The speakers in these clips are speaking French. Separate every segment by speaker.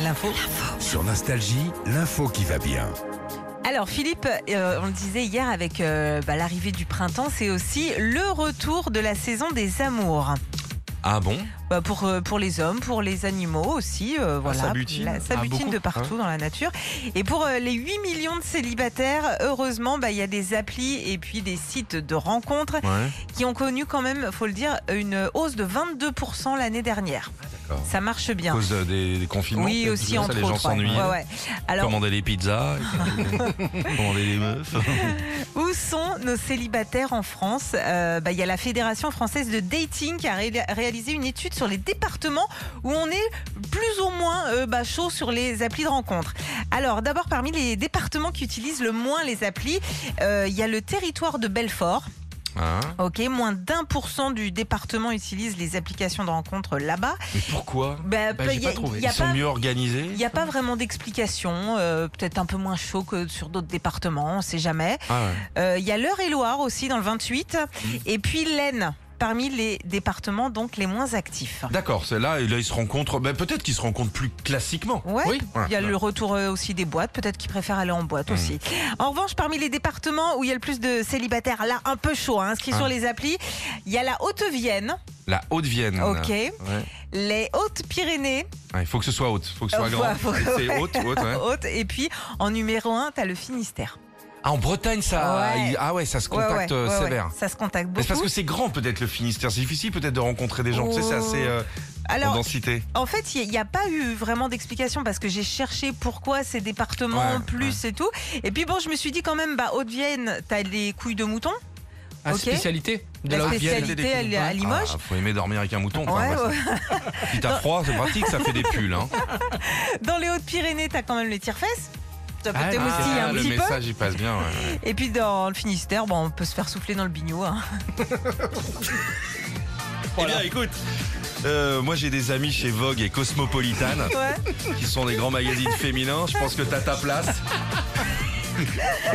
Speaker 1: L'info.
Speaker 2: Sur Nostalgie, l'info qui va bien.
Speaker 1: Alors Philippe, euh, on le disait hier avec euh, bah, l'arrivée du printemps, c'est aussi le retour de la saison des amours.
Speaker 3: Ah bon
Speaker 1: Bah, pour, euh, pour les hommes, pour les animaux aussi. euh, voilà.
Speaker 3: Ah, ça butine.
Speaker 1: La- ça
Speaker 3: Ah,
Speaker 1: butine
Speaker 3: beaucoup.
Speaker 1: de partout dans la nature. Et pour euh, les 8 millions de célibataires, heureusement, bah, il y a des applis et puis des sites de rencontres
Speaker 3: Ouais.
Speaker 1: qui ont connu quand même, faut le dire, une hausse de 22% l'année dernière.
Speaker 3: Ah, d'accord.
Speaker 1: Ça marche
Speaker 3: À
Speaker 1: bien.
Speaker 3: cause euh, des, des confinements.
Speaker 1: Oui,
Speaker 3: peut-être,
Speaker 1: aussi
Speaker 3: tout
Speaker 1: entre
Speaker 3: ça, les gens
Speaker 1: autres, ouais.
Speaker 3: s'ennuient.
Speaker 1: Ouais, ouais. Alors,
Speaker 3: Commander les pizzas, commander les meufs.
Speaker 1: Où sont nos célibataires en France Euh, bah, Il y a la Fédération française de dating qui a ré- réalisé une étude sur les départements où on est plus ou moins euh, bah, chaud sur les applis de rencontre. Alors d'abord parmi les départements qui utilisent le moins les applis, euh, il y a le territoire de Belfort.
Speaker 3: Hein
Speaker 1: Ok, moins d'un pour cent du département utilise les applications de rencontre là-bas.
Speaker 3: Mais pourquoi
Speaker 1: Bah,
Speaker 3: Bah, j'ai
Speaker 1: il y a-
Speaker 3: pas trouvé.
Speaker 1: il y a
Speaker 3: Ils sont
Speaker 1: pas-
Speaker 3: mieux organisés.
Speaker 1: Il n'y a pas vraiment d'explication, euh, peut-être un peu moins chaud que sur d'autres départements, on ne sait jamais.
Speaker 3: Ah ouais.
Speaker 1: Euh, Il y a l'Eure-et-Loire aussi dans le 28.
Speaker 3: Mmh.
Speaker 1: Et puis l'Aisne, parmi les départements donc les moins actifs.
Speaker 3: D'accord, c'est là et là ils se rencontrent. Ben, peut-être qu'ils se rencontrent plus classiquement.
Speaker 1: Ouais,
Speaker 3: Oui.
Speaker 1: il y a
Speaker 3: Ouais.
Speaker 1: le retour euh, aussi des boîtes, peut-être qu'ils préfèrent aller en boîte
Speaker 3: Mm.
Speaker 1: aussi. En revanche, parmi les départements où il y a le plus de célibataires, là un peu chaud, hein, inscrits
Speaker 3: Ah.
Speaker 1: sur les applis, il y a la Haute-Vienne,
Speaker 3: La Haute-Vienne.
Speaker 1: ok,
Speaker 3: Ouais.
Speaker 1: les Hautes-Pyrénées,
Speaker 3: Ouais, Il faut que ce soit haute, faut que ce soit
Speaker 1: Euh, faut-
Speaker 3: grand.
Speaker 1: faut-
Speaker 3: C'est
Speaker 1: ouais.
Speaker 3: haute, haute. ouais.
Speaker 1: Haute, et puis en numéro 1, tu as le Finistère.
Speaker 3: Ah en Bretagne ça,
Speaker 1: Ouais.
Speaker 3: il- ah ouais ça se
Speaker 1: Ouais, ouais,
Speaker 3: contacte euh,
Speaker 1: ouais, ouais.
Speaker 3: sévère.
Speaker 1: Ça se contacte
Speaker 3: Mais
Speaker 1: beaucoup.
Speaker 3: c'est parce que c'est grand peut-être le Finistère, c'est difficile peut-être de rencontrer des gens. Tu sais, c'est assez euh, en
Speaker 1: Alors,
Speaker 3: densité.
Speaker 1: En fait, il n'y a pas eu vraiment d'explication parce que j'ai cherché pourquoi ces départements
Speaker 3: Ouais,
Speaker 1: en plus et tout. Et puis bon, je me suis dit quand même, bah, Haute-Vienne, t'as les couilles de mouton.
Speaker 4: Ah,
Speaker 1: Ok.
Speaker 4: spécialité de
Speaker 1: La
Speaker 4: la haute
Speaker 1: spécialité, elle est à Limoges.
Speaker 3: Ah, faut aimer dormir avec un mouton. quoi.
Speaker 1: Ouais,
Speaker 3: Bah,
Speaker 1: ouais.
Speaker 3: ça- Si t'as froid, c'est pratique, ça fait des pulls. Hein.
Speaker 1: Dans les Hautes-Pyrénées, t'as quand même les tire-fesses. Ça peut
Speaker 4: Ah,
Speaker 1: t'émoustiller
Speaker 3: Ah,
Speaker 1: un
Speaker 3: le
Speaker 1: petit peu.
Speaker 3: message il passe bien. ouais, ouais.
Speaker 1: Et puis dans le Finistère, bon, on peut se faire souffler dans le bignou. hein.
Speaker 3: Eh bien, écoute. euh, moi j'ai des amis chez Vogue et Cosmopolitan
Speaker 1: Ouais.
Speaker 3: qui sont des grands magazines féminins. Je pense que t'as ta place.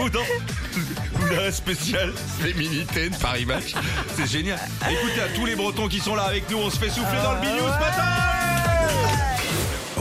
Speaker 3: Ou dans, ou dans la spéciale féminité de Paris Match. C'est génial. Écoutez à tous les Bretons qui sont là avec nous, on se fait
Speaker 1: Ah
Speaker 3: souffler dans le bignou ce matin.